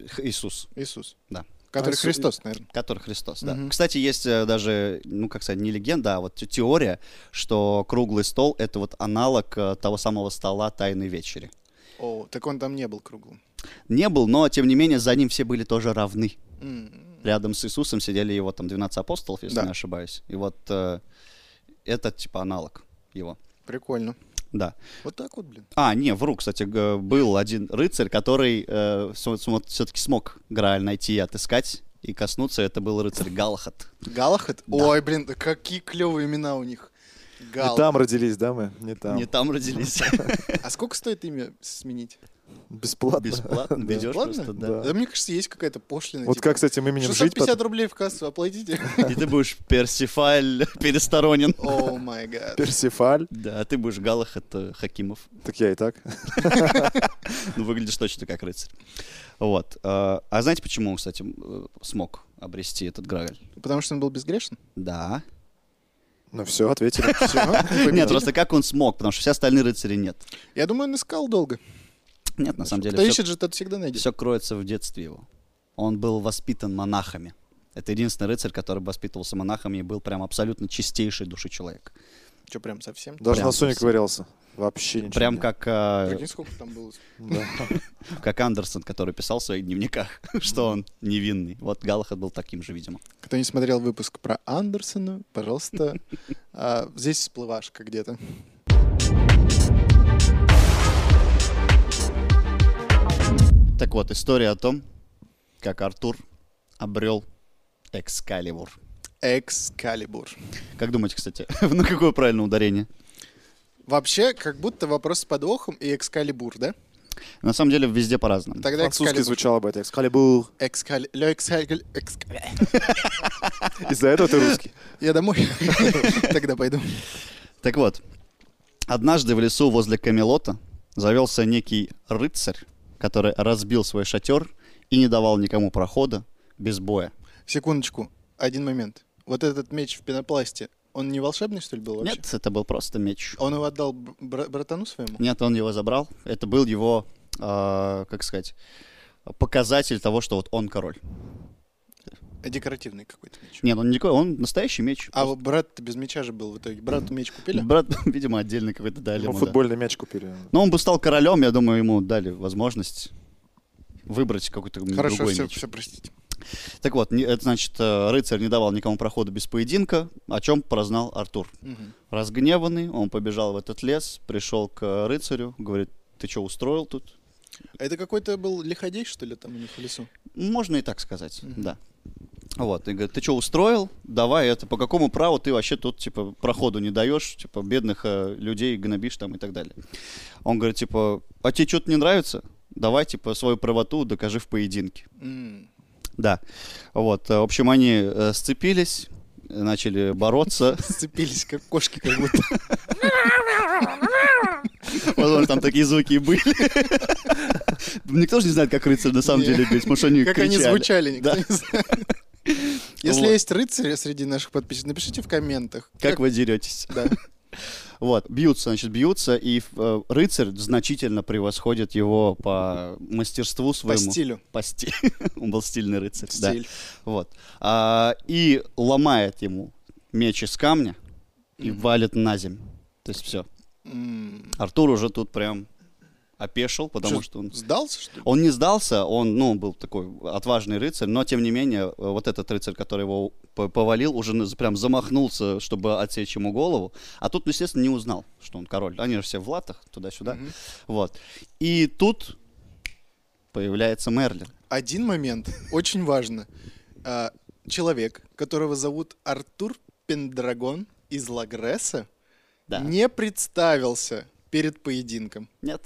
Х- Иисус, Иисус. Да. Который А, Христос, наверное. который Христос, да. Мгм. Кстати, есть э, даже, ну как сказать, не легенда, а вот те- теория, что круглый стол — это вот аналог э, того самого стола Тайной Вечери. О, так он там не был круглым. Не был, но тем не менее за ним все были тоже равны. М. рядом с Иисусом сидели его там 12 апостолов, если Да. не ошибаюсь. И вот э, это типа аналог его. Прикольно. Да. Вот так вот, блин. А, не, вру, кстати, г- был один рыцарь, который э, все-таки смог Грааль найти и отыскать, и коснуться. Это был рыцарь Галахат. Галахат? Да. Ой, блин, да какие клевые имена у них. Не Гал. там родились, да, мы? Не там. Не там родились. А сколько стоит имя сменить? Бесплатно. Бесплатно ведешь Бесплатно? просто, да. Да. Да, мне кажется, есть какая-то пошлина. Вот типа, как с этим именем жить? 650 рублей в кассу, оплатите. И ты будешь Персифаль Пересторонин. О май гад. Персифаль. Да, а ты будешь Галахат э, Хакимов. Так я и так. Ну, выглядишь точно как рыцарь. Вот. э, А знаете, почему, он, кстати, м, э, смог обрести этот Грааль? Потому что он был безгрешен? Да. Ну все, ответили. Всё, Нет, просто как он смог, потому что все остальные рыцари нет. Я думаю, он искал долго. Нет, на самом Ну Кто деле, ищет же, тот всегда найдет. все кроется в детстве его. Он был воспитан монахами. Это единственный рыцарь, который воспитывался монахами и был прям абсолютно чистейшей души человек. Что, прям совсем? Даже Прям на Соник совсем. ковырялся. Вообще ничего. Прям не- как, э, Прикинь, сколько там было. Да. как Андерсон, который писал в своих дневниках, что он невинный. Вот Галахад был таким же, видимо. Кто не смотрел выпуск про Андерсона, пожалуйста, а, здесь всплывашка где-то. Так вот, история о том, как Артур обрел Экскалибур. Экскалибур. Как думаете, кстати, на какое правильное ударение? Вообще, как будто вопрос с подвохом и экскалибур, да? На самом деле везде по-разному. Тогда Французский экскалибур. звучало бы это. Экскалибур. Экскали... Лё экскаль- экскаль- Из-за этого ты русский. Я домой. Тогда пойду. Так вот, однажды в лесу возле Камелота завелся некий рыцарь, который разбил свой шатер и не давал никому прохода без боя. Секундочку. Один момент. Вот этот меч в пенопласте, он не волшебный, что ли, был вообще? Нет, это был просто меч. Он его отдал б- бра- братану своему? Нет, он его забрал. Это был его, а, как сказать, показатель того, что вот он король. Декоративный какой-то меч. Нет, он не король, он настоящий меч. А вот брат-то без меча же был в итоге. Брату меч купили? Брат, видимо, отдельный какой-то дали Ну, ему, да. Футбольный мяч купили. Но он бы стал королем, я думаю, ему дали возможность выбрать какой-то Хорошо, другой все, меч. все, простите. Так вот, не- это значит, э, рыцарь не давал никому прохода без поединка, о чем прознал Артур. Мгм. Разгневанный, он побежал в этот лес, пришел к э, рыцарю, говорит, ты что, устроил тут? А Это какой-то был лиходей, что ли, там у них в лесу? Можно и так сказать, Мгм. да. Вот, и говорит, ты что, устроил? Давай это, по какому праву ты вообще тут, типа, проходу не даешь, типа, бедных э, людей гнобишь там и так далее. Он говорит, типа, а тебе что-то не нравится? Давай, типа, свою правоту докажи в поединке. М. Да. Вот, э, в общем, они э, сцепились, э, начали бороться. Сцепились, как кошки, как будто. Возможно, там такие звуки и были. Никто же не знает, как рыцарь на самом Не. деле бить, потому что они Как они кричали. звучали, никто Да. не знает. Если Вот. есть рыцари среди наших подписчиков, напишите в комментах. Как вы деретесь? Да. Вот, бьются, значит, бьются, и э, рыцарь значительно превосходит его по мастерству По своему. стилю. По сти- Он был стильный рыцарь. да. Стиль. Вот. А, и ломает ему меч из камня и Мгм. валит на землю. То есть все. М. Артур уже тут прям опешил, потому что он... Сдался, что ли? Он не сдался, он, ну, был такой отважный рыцарь, но, тем не менее, э, вот этот рыцарь, который его п- повалил, уже на- прям замахнулся, чтобы отсечь ему голову, а тут, ну, естественно, не узнал, что он король. Они же все в латах, туда-сюда, Мгм. вот. И тут появляется Мерлин. Один момент, очень важно. А, Человек, которого зовут Артур Пендрагон из Лагресса, Да. не представился перед поединком. Нет.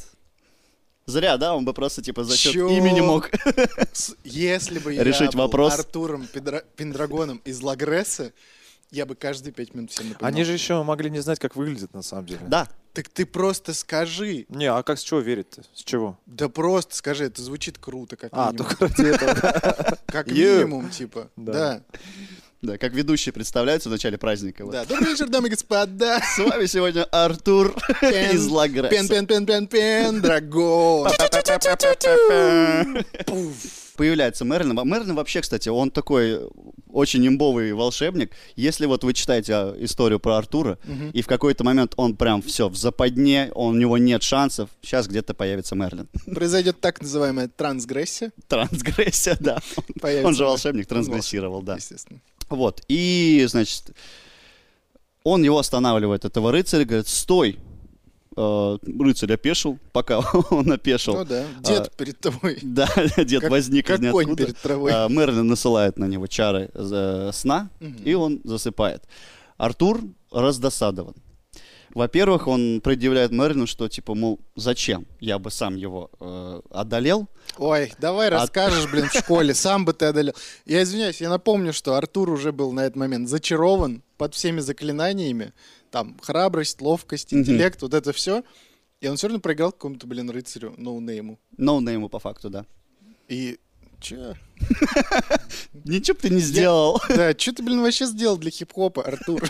Зря, да, он бы просто типа за счет Чё? имени мог. С- Если бы я Решить был вопрос. Артуром Педра- Пендрагоном из Лагресса, я бы каждые пять минут всем напоминал. Они же еще могли не знать, как выглядит на самом деле. Да. Так ты просто скажи. Не, а как с чего верить-то? С чего? Да просто скажи, это звучит круто, как А, минимум. только ради этого. Как Ё. минимум, типа. Да. Да. Да, как ведущие представляются в начале праздника. вот. Да. Добрый вечер, дамы и господа. С вами сегодня Артур Пен- из Лагресса. Пен, пен, пен, пен, пен, драгон. Появляется Мерлин. А Мерлин вообще, кстати, он такой очень имбовый волшебник. Если вот вы читаете а, историю про Артура, и в какой-то момент он прям все в западне, он- у него нет шансов, сейчас где-то появится Мерлин. Произойдет так называемая трансгрессия. Трансгрессия, да. Появится Он же волшебник, трансгрессировал, да. Естественно. Вот, и, значит, он его останавливает, этого рыцаря, говорит, стой. Э, Рыцарь опешил, пока он опешил. Ну да. Дед перед тобой. Да, дед Как- возник как из конь ниоткуда. перед травой. А, Мерлин насылает на него чары э, сна, Мгм. и он засыпает. Артур раздосадован. Во-первых, он предъявляет Мерлину, что типа, мол, зачем? Я бы сам его э, одолел. Ой, давай а расскажешь, блин, в школе, сам бы ты одолел. Я извиняюсь, я напомню, что Артур уже был на этот момент зачарован под всеми заклинаниями. Там храбрость, ловкость, Мгм. интеллект, вот это все. И он все равно проиграл какому-то, блин, рыцарю, ноунейму. Но он ему по факту, да. И че? Ничего бы ты не сделал. Да, что ты, блин, вообще сделал для хип-хопа, Артур?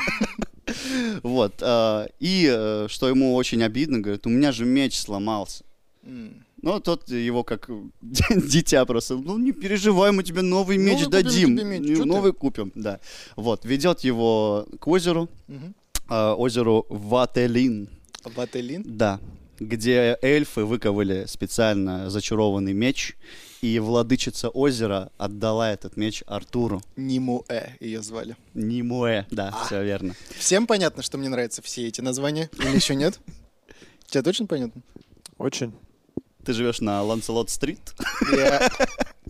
Вот. э, и э, что ему очень обидно, говорит, у меня же меч сломался. М. Ну, тот его как дитя просто, ну, не переживай, мы тебе новый Новый меч купим дадим. тебе меч, Ну, чё ты? новый купим, да. Вот, ведет его к озеру, Мгм. а, озеру Вателин, Вателин? да, где эльфы выковали специально зачарованный меч, и владычица озера отдала этот меч Артуру. Нимуэ ее звали. Нимуэ, да, А. все верно. Всем понятно, что мне нравятся все эти названия? Или еще нет? Тебе точно понятно? Очень. Ты живешь на Ланселот-стрит, Я-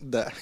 Да.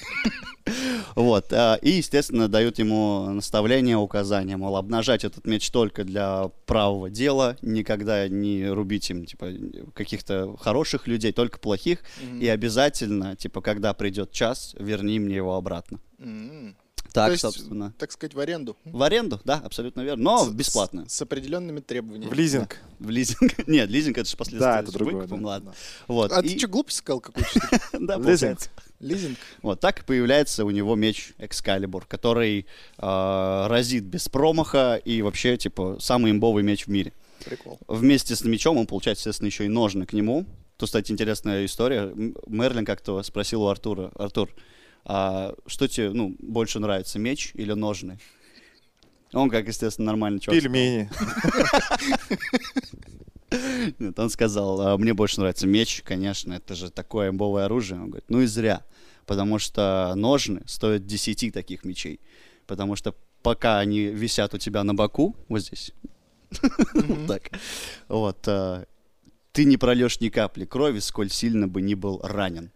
Вот. а, И, естественно, дают ему наставление, указания, мол, обнажать этот меч только для правого дела, никогда не рубить им, типа, каких-то хороших людей, только плохих, Мгм. и обязательно, типа, когда придет час, верни мне его обратно. М. Так, То есть, собственно. Так сказать, в аренду. В аренду, да, абсолютно верно, но С- бесплатно. С, с определенными требованиями. В лизинг. В лизинг. Нет, лизинг это же последствия. Да, это же другое, выкупом, да. Ладно. Вот. А и- ты что, глупость сказал какую-то? что ли? да, Лизинг. получается. Лизинг? Вот так и появляется у него меч Экскалибур, который э, разит без промаха и вообще, типа, самый имбовый меч в мире. Прикол. Вместе с мечом он получает, естественно, еще и ножны к нему. Тут, кстати, интересная история. М- Мерлин как-то спросил у Артура, Артур, а что тебе ну, больше нравится, меч или ножны? Он, как, естественно, нормальный чувак. Пельмени. Нет, он сказал, «А, мне больше нравится меч, конечно, это же такое имбовое оружие. Он говорит, ну и зря, потому что ножны стоят 10 таких мечей, потому что пока они висят у тебя на боку, вот здесь, вот так, вот, а, ты не прольешь ни капли крови, сколь сильно бы ни был ранен.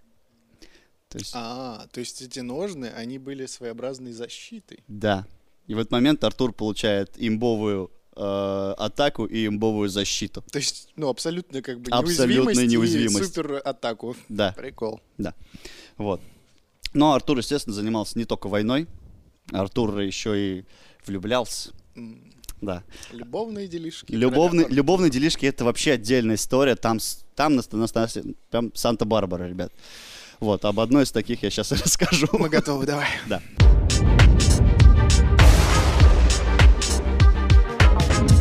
То есть, А, то есть эти ножны, они были своеобразной защитой. да. И в этот момент Артур получает имбовую э, атаку и имбовую защиту. То есть, ну, абсолютно как бы Абсолютная неуязвимость, и неуязвимость. супер атаку. Да. Прикол. Да. Вот. Но Артур, естественно, занимался не только войной. Артур еще и влюблялся. М, Да. Любовные делишки. Любовный, Прям, любовные делишки это вообще отдельная история. Там, с- там, на, на- на- там Санта-Барбара, ребят. Вот, об одной из таких я сейчас расскажу. Мы готовы, давай. Да.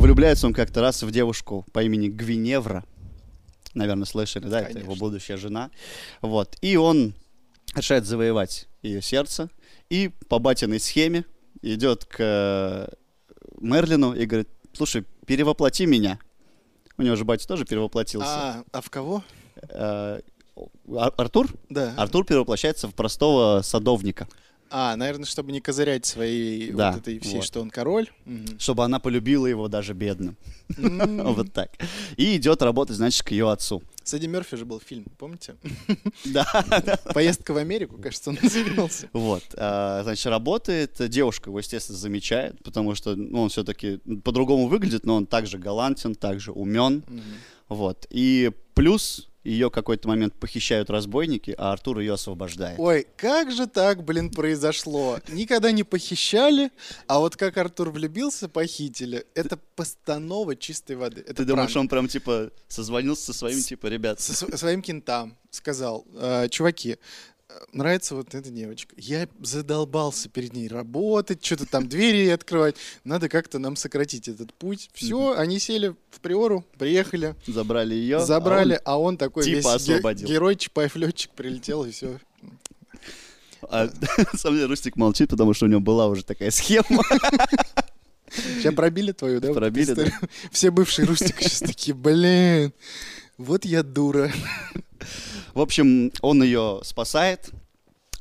Влюбляется он как-то раз в девушку по имени Гвиневра. Наверное, слышали, да? Это его Конечно. будущая жена. Вот. И он решает завоевать ее сердце. И по батиной схеме идет к э, Мерлину и говорит, слушай, перевоплоти меня. У него же батя тоже перевоплотился. А, а в кого? Э, Ар- Артур? Да. Артур перевоплощается в простого садовника. А, наверное, чтобы не козырять своей Да, вот этой всей, вот. что он король. Мгм. чтобы она полюбила его даже бедным. М. Вот так. И идет работать, значит, к ее отцу. С Эдди Мерфи же был фильм, помните? Да, Поездка в Америку, кажется, он назывался. вот. А, Значит, работает. Девушка его, естественно, замечает, потому что ну, он все-таки по-другому выглядит, но он также галантен, также умен. Мгм. Вот. И плюс ее какой-то момент похищают разбойники, а Артур ее освобождает. Ой, как же так, блин, произошло? Никогда не похищали, а вот как Артур влюбился, похитили. Это постанова чистой воды. Это Ты думаешь, пранк. он прям типа созвонился со своим, типа, ребят, Со св- своим кентам сказал, «Э, чуваки, э, нравится вот эта девочка. Я задолбался перед ней работать, что-то там двери открывать. Надо как-то нам сократить этот путь. Все, они сели в приору, приехали, забрали ее. забрали, а он, такой типа весь ге- освободил. герой Чапаев летчик прилетел и все. А, на самом деле Рустик молчит, потому что у него была уже такая схема. Сейчас пробили твою, да? вот эту Пробили, да. историю? Все бывшие рустики сейчас такие, блин, вот я дура. В общем, он ее спасает,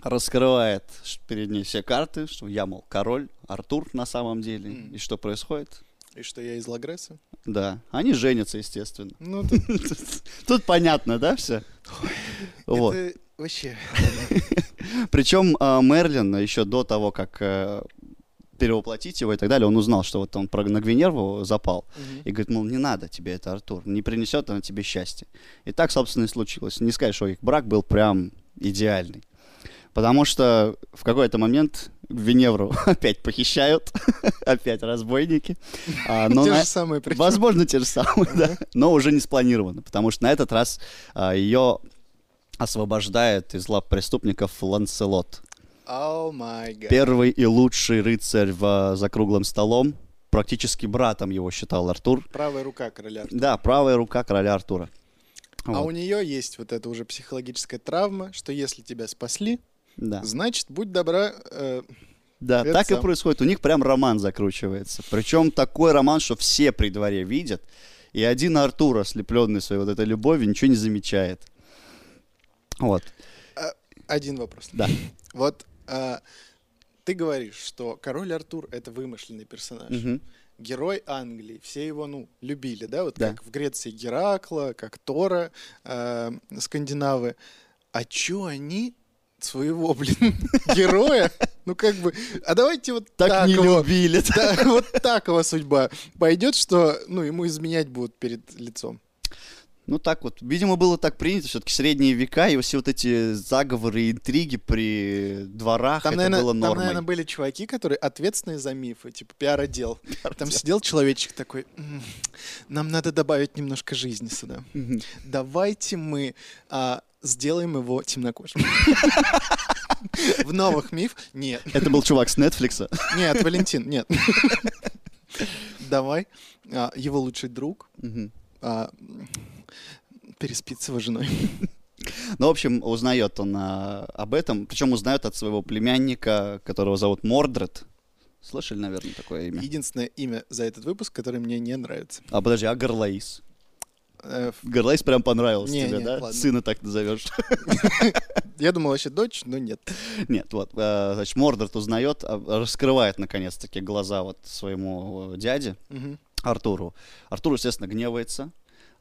раскрывает ш- перед ней все карты, что я, мол, король, Артур на самом деле. Мгм. И что происходит? И что, я из Лагресса? Да, они женятся, естественно. Ну, тут Тут понятно, да, все? Вот. это вообще... Причем э, Мерлин еще до того, как э, перевоплотить его и так далее, он узнал, что вот он про- на Гвинерву запал. Мгм. И говорит, мол, не надо тебе это, Артур, не принесет она тебе счастья. И так, собственно, и случилось. Не сказать, что их брак был прям идеальный. Потому что в какой-то момент Веневру опять похищают, опять разбойники. А, но Те на- же самые причины. Возможно, те же самые, да, но уже не спланировано, потому что на этот раз а, ее освобождает из лап преступников Ланселот. О май гад. Первый и лучший рыцарь в, а, за круглым столом, практически братом его считал Артур, Правая рука короля. да, правая рука короля Артура. А Вот, у нее есть вот эта уже психологическая травма, что если тебя спасли, Да, значит, будь добра... э, да это так и сам. происходит. У них прям роман закручивается. Причем такой роман, что все при дворе видят. И один Артур, ослепленный своей вот этой любовью, ничего не замечает. Вот, Один вопрос. да. Вот э, ты говоришь, что король Артур — это вымышленный персонаж. Мгм. герой Англии. Все его, ну, любили, да, вот Да. как в Греции Геракла, как Тора, э, скандинавы. А чё они своего, блин, героя? Ну, как бы, а давайте вот так, Так, не его- любили. да, вот так его судьба пойдет, что, ну, ему изменять будут перед лицом. Ну так вот, видимо, было так принято, все-таки средние века, и все вот эти заговоры и интриги при дворах, Там, это наверное, было там, нормой. наверное, были чуваки, которые ответственные за мифы, типа пиар-отдел. Там сидел человечек такой, «М, нам надо добавить немножко жизни сюда. Мгм. Давайте мы а, сделаем его темнокожим. В новых миф? Нет. Это был чувак с Нетфликса. Нет, Валентин, нет. Давай. а, Его лучший друг Мгм. а, м, переспит с его женой. Ну, в общем, узнает он а, об этом, причем узнает от своего племянника, которого зовут Мордред. Слышали, наверное, такое имя? Единственное имя за этот выпуск, которое мне не нравится. А подожди, а Горлаис? Э, Горлаис прям понравился Не, тебе, не, да? ладно. Сына так назовешь. Я думал, вообще дочь, но нет. Нет, вот, э, значит, Мордред узнает, а, раскрывает, наконец-таки, глаза вот своему э, дяде, Мгм. Артуру. Артур, естественно, гневается.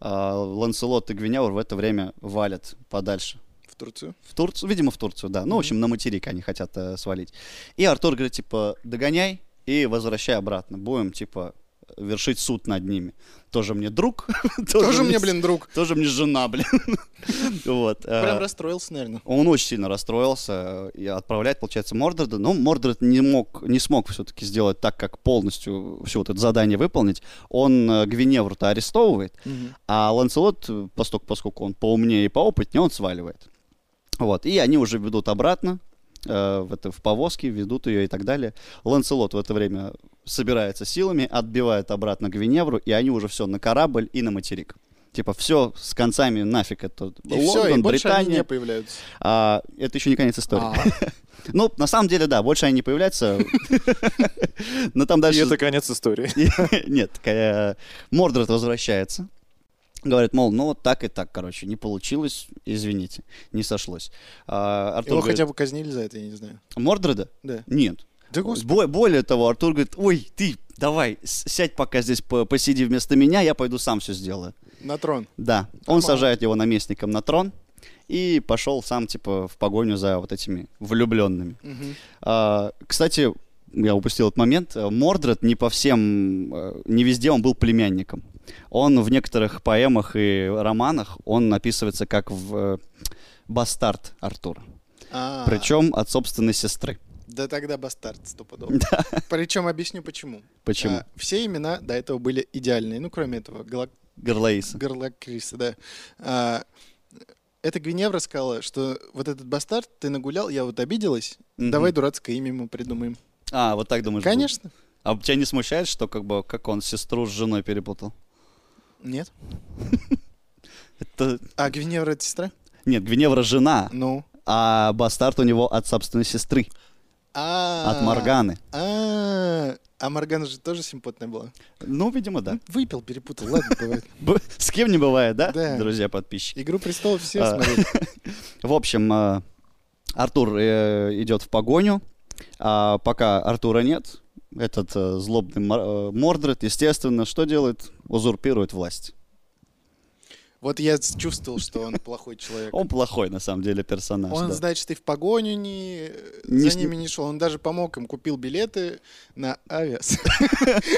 А, Ланселот и Гвиневр в это время валят подальше. В Турцию. В Турцию, видимо, в Турцию, да. Ну, в общем, на материк они хотят э, свалить. И Артур говорит, типа, догоняй и возвращай обратно. Будем, типа, вершить суд над ними. Тоже мне друг. Тоже мне, блин, друг. Тоже мне жена, блин. Вот. э, Прям расстроился, наверное. он очень сильно расстроился э, и отправляет, получается, Мордреда. Но Мордред не, мог, не смог все-таки сделать так, как полностью все вот это задание выполнить. Он э, Гвиневру-то арестовывает, а Ланселот, э, постольку- поскольку он поумнее и поопытнее, он сваливает. Вот. И они уже ведут обратно э, в, это, в повозке, ведут ее и так далее. Ланселот в это время собирается силами, отбивает обратно Гвиневру, и они уже все на корабль и на материк. Типа все с концами нафиг это И все, и Лондон, больше они Британия. не появляются. А, это еще не конец истории. А, Ну, на самом деле, да, больше они не появляются. Но там И дальше... это конец истории. Нет, к- э, Мордред возвращается. Говорит, мол, ну вот так и так, короче, не получилось, извините, не сошлось. А, Артур Его говорит, хотя бы казнили за это, я не знаю. Мордреда? Да. Нет. Да господи. Бо- более того, Артур говорит, ой, ты давай, с- сядь пока здесь, по- посиди вместо меня, я пойду сам все сделаю. На трон. Да, он Нормально. сажает его наместником на трон и пошел сам, типа, в погоню за вот этими влюбленными. Мгм. А, кстати, я упустил этот момент. э, Мордред не по всем, э, не везде он был племянником. Он в некоторых поэмах и романах он описывается как в э, бастард Артура. А, Причем от собственной сестры. Да тогда бастард стопудово. Причем объясню почему. Почему? А, все имена до этого были идеальные, ну кроме этого Галак- Горлаиса. Гарлакриса, да. А, это Гвиневра сказала, что вот этот бастард ты нагулял, я вот обиделась, Мгм. давай дурацкое имя ему придумаем. А, вот так думаешь? было? Конечно. А тебя не смущает, что как бы как он сестру с женой перепутал? Нет. Это... А Гвиневра это сестра? Нет, Гвиневра жена, Ну. а бастард у него от собственной сестры, А. от Морганы. А. А Моргана же тоже симпотная была. Ну, видимо, да. Выпил, перепутал. Ладно, бывает. Б- С кем не бывает, да, Да. друзья-подписчики? Игру престолов все А. смотрели. В общем, э, Артур э, идет в погоню, а пока Артура нет, этот э, злобный Мор- э, Мордред, естественно, что делает? Узурпирует власть. Вот я с- чувствовал, что он плохой человек. Он плохой, на самом деле, персонаж. Он, да. значит, и в погоню не, Не с за ним- ними не шел. Он даже помог им, купил билеты на авиас.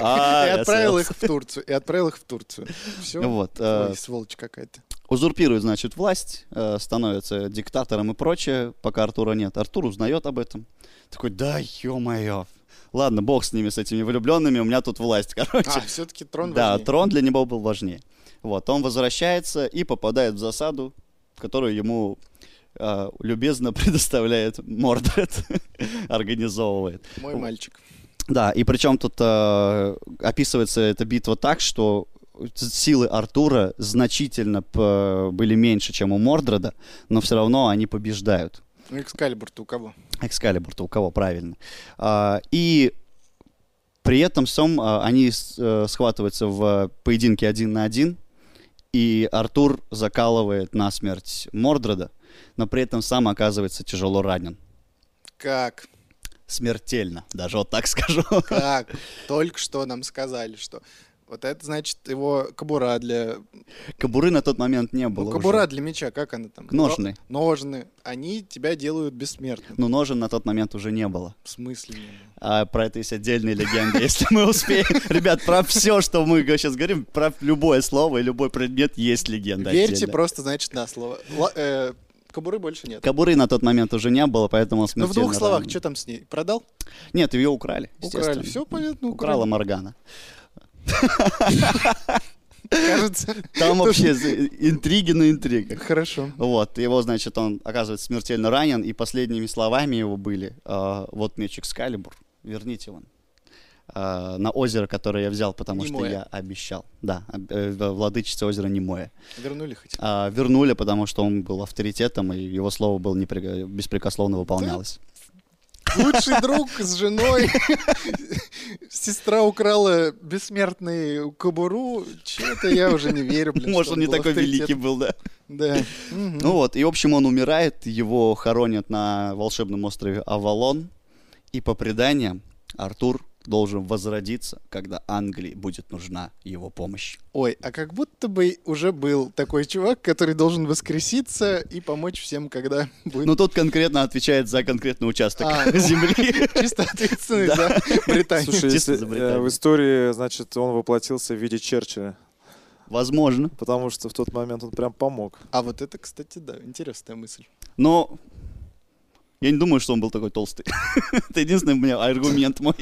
А, и я отправил сорвался. их в Турцию. И отправил их в Турцию. Все. Вот, э, сволочь какая-то. узурпирует, значит, власть, э, становится диктатором и прочее, пока Артура нет. Артур узнает об этом. Такой, да, ё-моё. Ладно, бог с ними, с этими влюбленными, у меня тут власть, короче. А, все-таки трон да, важнее. трон для него был важнее. Вот, он возвращается и попадает в засаду, которую ему э, любезно предоставляет Мордред, организовывает. Мой мальчик. Да, и причем тут э, описывается эта битва так, что силы Артура значительно п- были меньше, чем у Мордреда, но все равно они побеждают. Ну, Экскалибур-то у кого? Экскалибур-то у кого, правильно. А, и при этом всем а, они с- э, схватываются в поединке один на один, и Артур закалывает насмерть Мордреда, но при этом сам оказывается тяжело ранен. Как? Смертельно, даже вот так скажу. Как? Только что нам сказали, что вот это значит его кабура для... Кобуры на тот момент не было Ну, уже. кабура для меча, как она там? Ножны. Но- Ножны. Они тебя делают бессмертным. Ну, ножен на тот момент уже не было. В смысле? не было? А про это есть отдельные легенды, если мы успеем. Ребят, про все, что мы сейчас говорим, про любое слово и любой предмет есть легенда. Верьте отдельная. просто, значит, на слово. Ла- э, Кобуры больше нет. Кобуры на тот момент уже не было, поэтому он Ну, в смертельно двух словах, ранен. что там с ней? Продал? Нет, ее украли, Украли. естественно. Все понятно, Украла украли. Моргана. Кажется, Там вообще з- интриги на интригах. хорошо. Вот, его, значит, он оказывается смертельно ранен, и последними словами его были э, «Вот меч Экскалибур, верните он». Э, на озеро, которое я взял, потому Немое. что я обещал. Да, об- э, в- владычице озера Немое. Вернули хоть. А, вернули, потому что он был авторитетом, и его слово было непри- беспрекословно выполнялось. Лучший друг с женой. Сестра украла бессмертный кобуру. Чего-то я уже не верю. блин, Может, что он не был такой авторитет. великий был, да? Да. Мгм. Ну вот, и в общем он умирает, его хоронят на волшебном острове Авалон, и по преданиям Артур должен возродиться, когда Англии будет нужна его помощь. Ой, а как будто бы уже был такой чувак, который должен воскреситься и помочь всем, когда будет Но Ну, тут конкретно отвечает за конкретный участок А, ну. земли. чисто ответственный за Британию. Слушай, Чисто если, за э, Британию. в истории, значит, он воплотился в виде Черчилля, Возможно. потому что в тот момент он прям помог. А вот это, кстати, да, интересная мысль. Но я не думаю, что он был такой толстый. Это единственный у меня аргумент мой.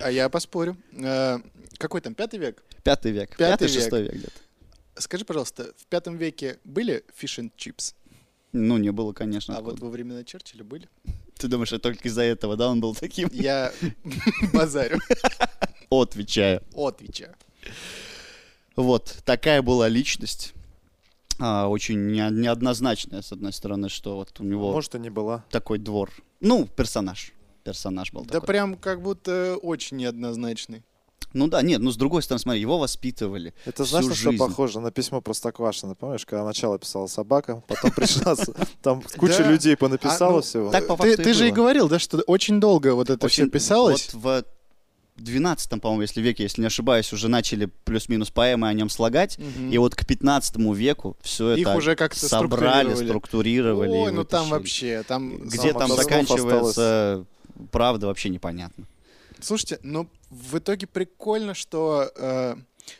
А я поспорю. Э, Какой там, пятый век? Пятый век. Пятый Пятый, шестой век где-то. Скажи, пожалуйста, в пятом веке были fish and chips? Ну, не было, конечно. А вот откуда. во времена Черчилля были? Ты думаешь, это только из-за этого, да, он был таким? Я базарю. Отвечаю. Отвеча. Вот, такая была личность. А, очень не- неоднозначная, с одной стороны, что вот у него Может, и не была. такой двор. Ну, персонаж. Персонаж был Да такой. прям как будто очень неоднозначный. Ну да, нет, ну с другой стороны, смотри, его воспитывали. Это всю знаешь, на что жизнь. похоже? На письмо Простоквашино, помнишь, когда начало писала собака, потом пришла, с- там куча Да. людей А, ну, понаписала всего. Так по факту Ты, и ты же и было. говорил, да, что очень долго вот это все Очень- писалось. Вот в 12 по-моему, если веке, если не ошибаюсь, уже начали плюс-минус поэмы о нем слагать. Мгм. И вот к 15 веку все Их это уже как-то собрали, структурировали. структурировали. и Ой, ну там вытащили. вообще, там... Где Сам там автор слов заканчивается правда, вообще непонятно. Слушайте, ну в итоге прикольно, что... э,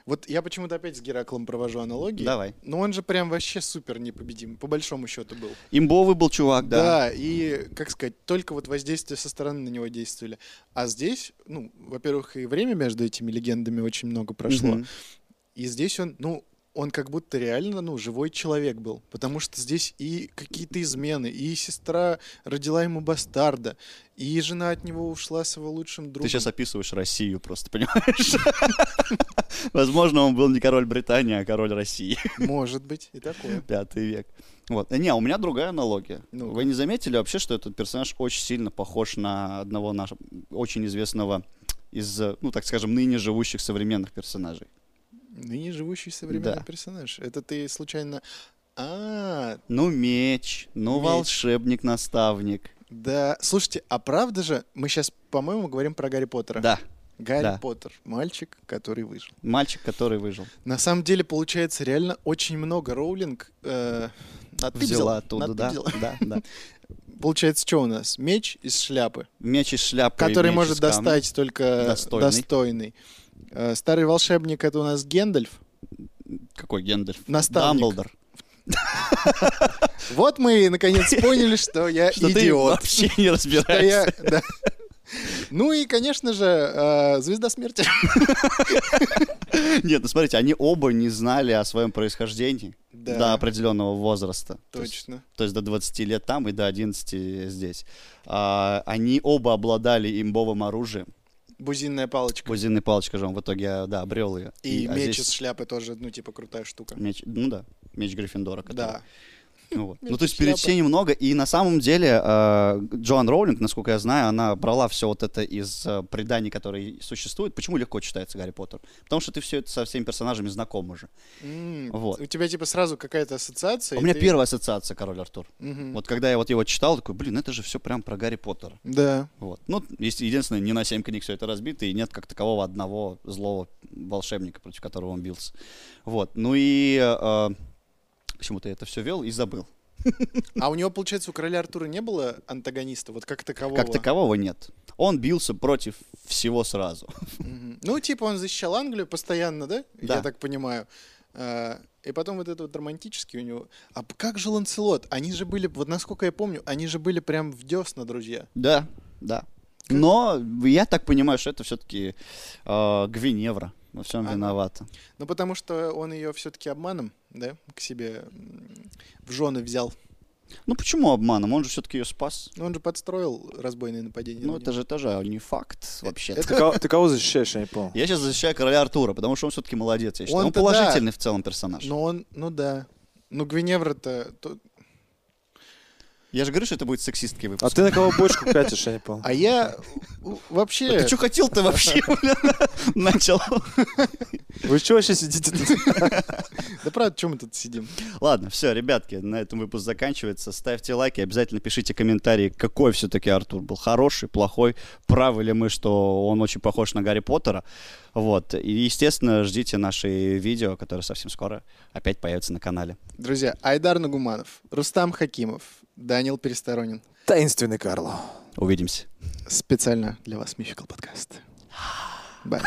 вот я почему-то опять с Гераклом провожу аналогии. Давай. Но он же прям вообще супер непобедим, по большому счету был. Имбовый был чувак, да. и, как сказать, только вот воздействие со стороны на него действовали. А здесь, ну, во-первых, и время между этими легендами очень много прошло. Мгм. И здесь он, ну, он как будто реально, ну, живой человек был. Потому что здесь и какие-то измены, и сестра родила ему бастарда, и жена от него ушла с его лучшим другом. Ты сейчас описываешь Россию просто, понимаешь? Возможно, он был не король Британии, а король России. Может быть, и такое. Пятый век. Вот. Э, Не, у меня другая аналогия. Ну-ка. Вы не заметили вообще, что этот персонаж очень сильно похож на одного нашего очень известного из, э, ну так скажем, ныне живущих современных персонажей. Ныне живущий современный Да. персонаж. Это ты случайно... А, Ну меч, ну Меч. волшебник, наставник. да. Слушайте, а правда же, мы сейчас, по-моему, говорим про Гарри Поттера. Да, Гарри Да. Поттер, мальчик, который выжил. мальчик, который выжил. На самом деле, получается, реально очень много Роулинг э, натыбзил, Взяла оттуда, да, натыбзил. да, да. Получается, что у нас? Меч из шляпы, Меч из шляпы. и который меч может из камня. достать только Достойный. достойный. Э, Старый волшебник это у нас Гендальф. Какой Гендальф? Наставник. Дамблдор. Вот мы и наконец поняли, что я Что идиот. ты вообще не Что я- разбираешься. да. Ну и, конечно же, э, Звезда смерти. Нет, ну смотрите, они оба не знали о своем происхождении до определенного возраста. То есть точно. то есть до 20 лет там и до 11 здесь. А, они оба обладали имбовым оружием. Бузинная палочка. Бузинной палочкой же он в итоге, а, да, обрел ее. И а меч здесь из шляпы тоже, ну, типа, крутая штука. меч- Ну да, меч Гриффиндора. который- Да. Ну, вот. Меч Ну, то есть из шляпы. перетечений много. И на самом деле э, Джоан Роулинг, насколько я знаю, она брала все вот это из э, преданий, которые существуют. Почему легко читается Гарри Поттер? Потому что ты все это со всеми персонажами знаком уже. М, Вот. А У тебя, типа, сразу какая-то ассоциация. У и меня ты- первая ассоциация Король Артур. Мгм. Вот когда я вот его читал, такой, блин, это же все прям про Гарри Поттера. Да. Вот. Ну, если единственное, не на 7 книг все это разбито, и нет как такового одного злого волшебника, против которого он бился. Вот. Ну и э, почему-то я это все вел и забыл. А у него, получается, у короля Артура не было антагониста, вот как такового? Как такового нет. Он бился против всего сразу. Мгм. Ну, типа, он защищал Англию постоянно, да? Да. Я так понимаю. А, И потом вот этот вот романтический у него. А п- как же Ланселот? Они же были, вот насколько я помню, они же были прям в десна, друзья. Да, да. Но я так понимаю, что это все-таки Гвиневра. Во всем Она- виновата. Ну, потому что он ее все-таки обманом, да, к себе м, в жены взял. Ну почему обманом? Он же все-таки ее спас. Ну, он же подстроил разбойное нападение. Ну на это него. же это же не факт Э, вообще-то. Ты кого- ты кого защищаешь, я не понял. Я сейчас защищаю короля Артура, потому что он все-таки молодец. Я считаю. Он Он-то да. положительный в целом персонаж. Но он, ну да. Ну, Гвиневра-то... то- Я же говорю, что это будет сексистский выпуск. А ты на кого бочку катишь, я не понял. А я у- вообще... Ты что хотел-то вообще, бля? Начал. Вы что вообще сидите тут? Да правда, чем мы тут сидим? Ладно, все, ребятки, на этом выпуск заканчивается. Ставьте лайки, обязательно пишите комментарии, какой все-таки Артур был. Хороший, плохой, правы ли мы, что он очень похож на Гарри Поттера. Вот. И, естественно, ждите наши видео, которые совсем скоро опять появятся на канале. Друзья, Айдар Нагуманов, Рустам Хакимов, Данил Пересторонин. Таинственный Карло. Увидимся. Специально для вас Мификал подкаст. Бай.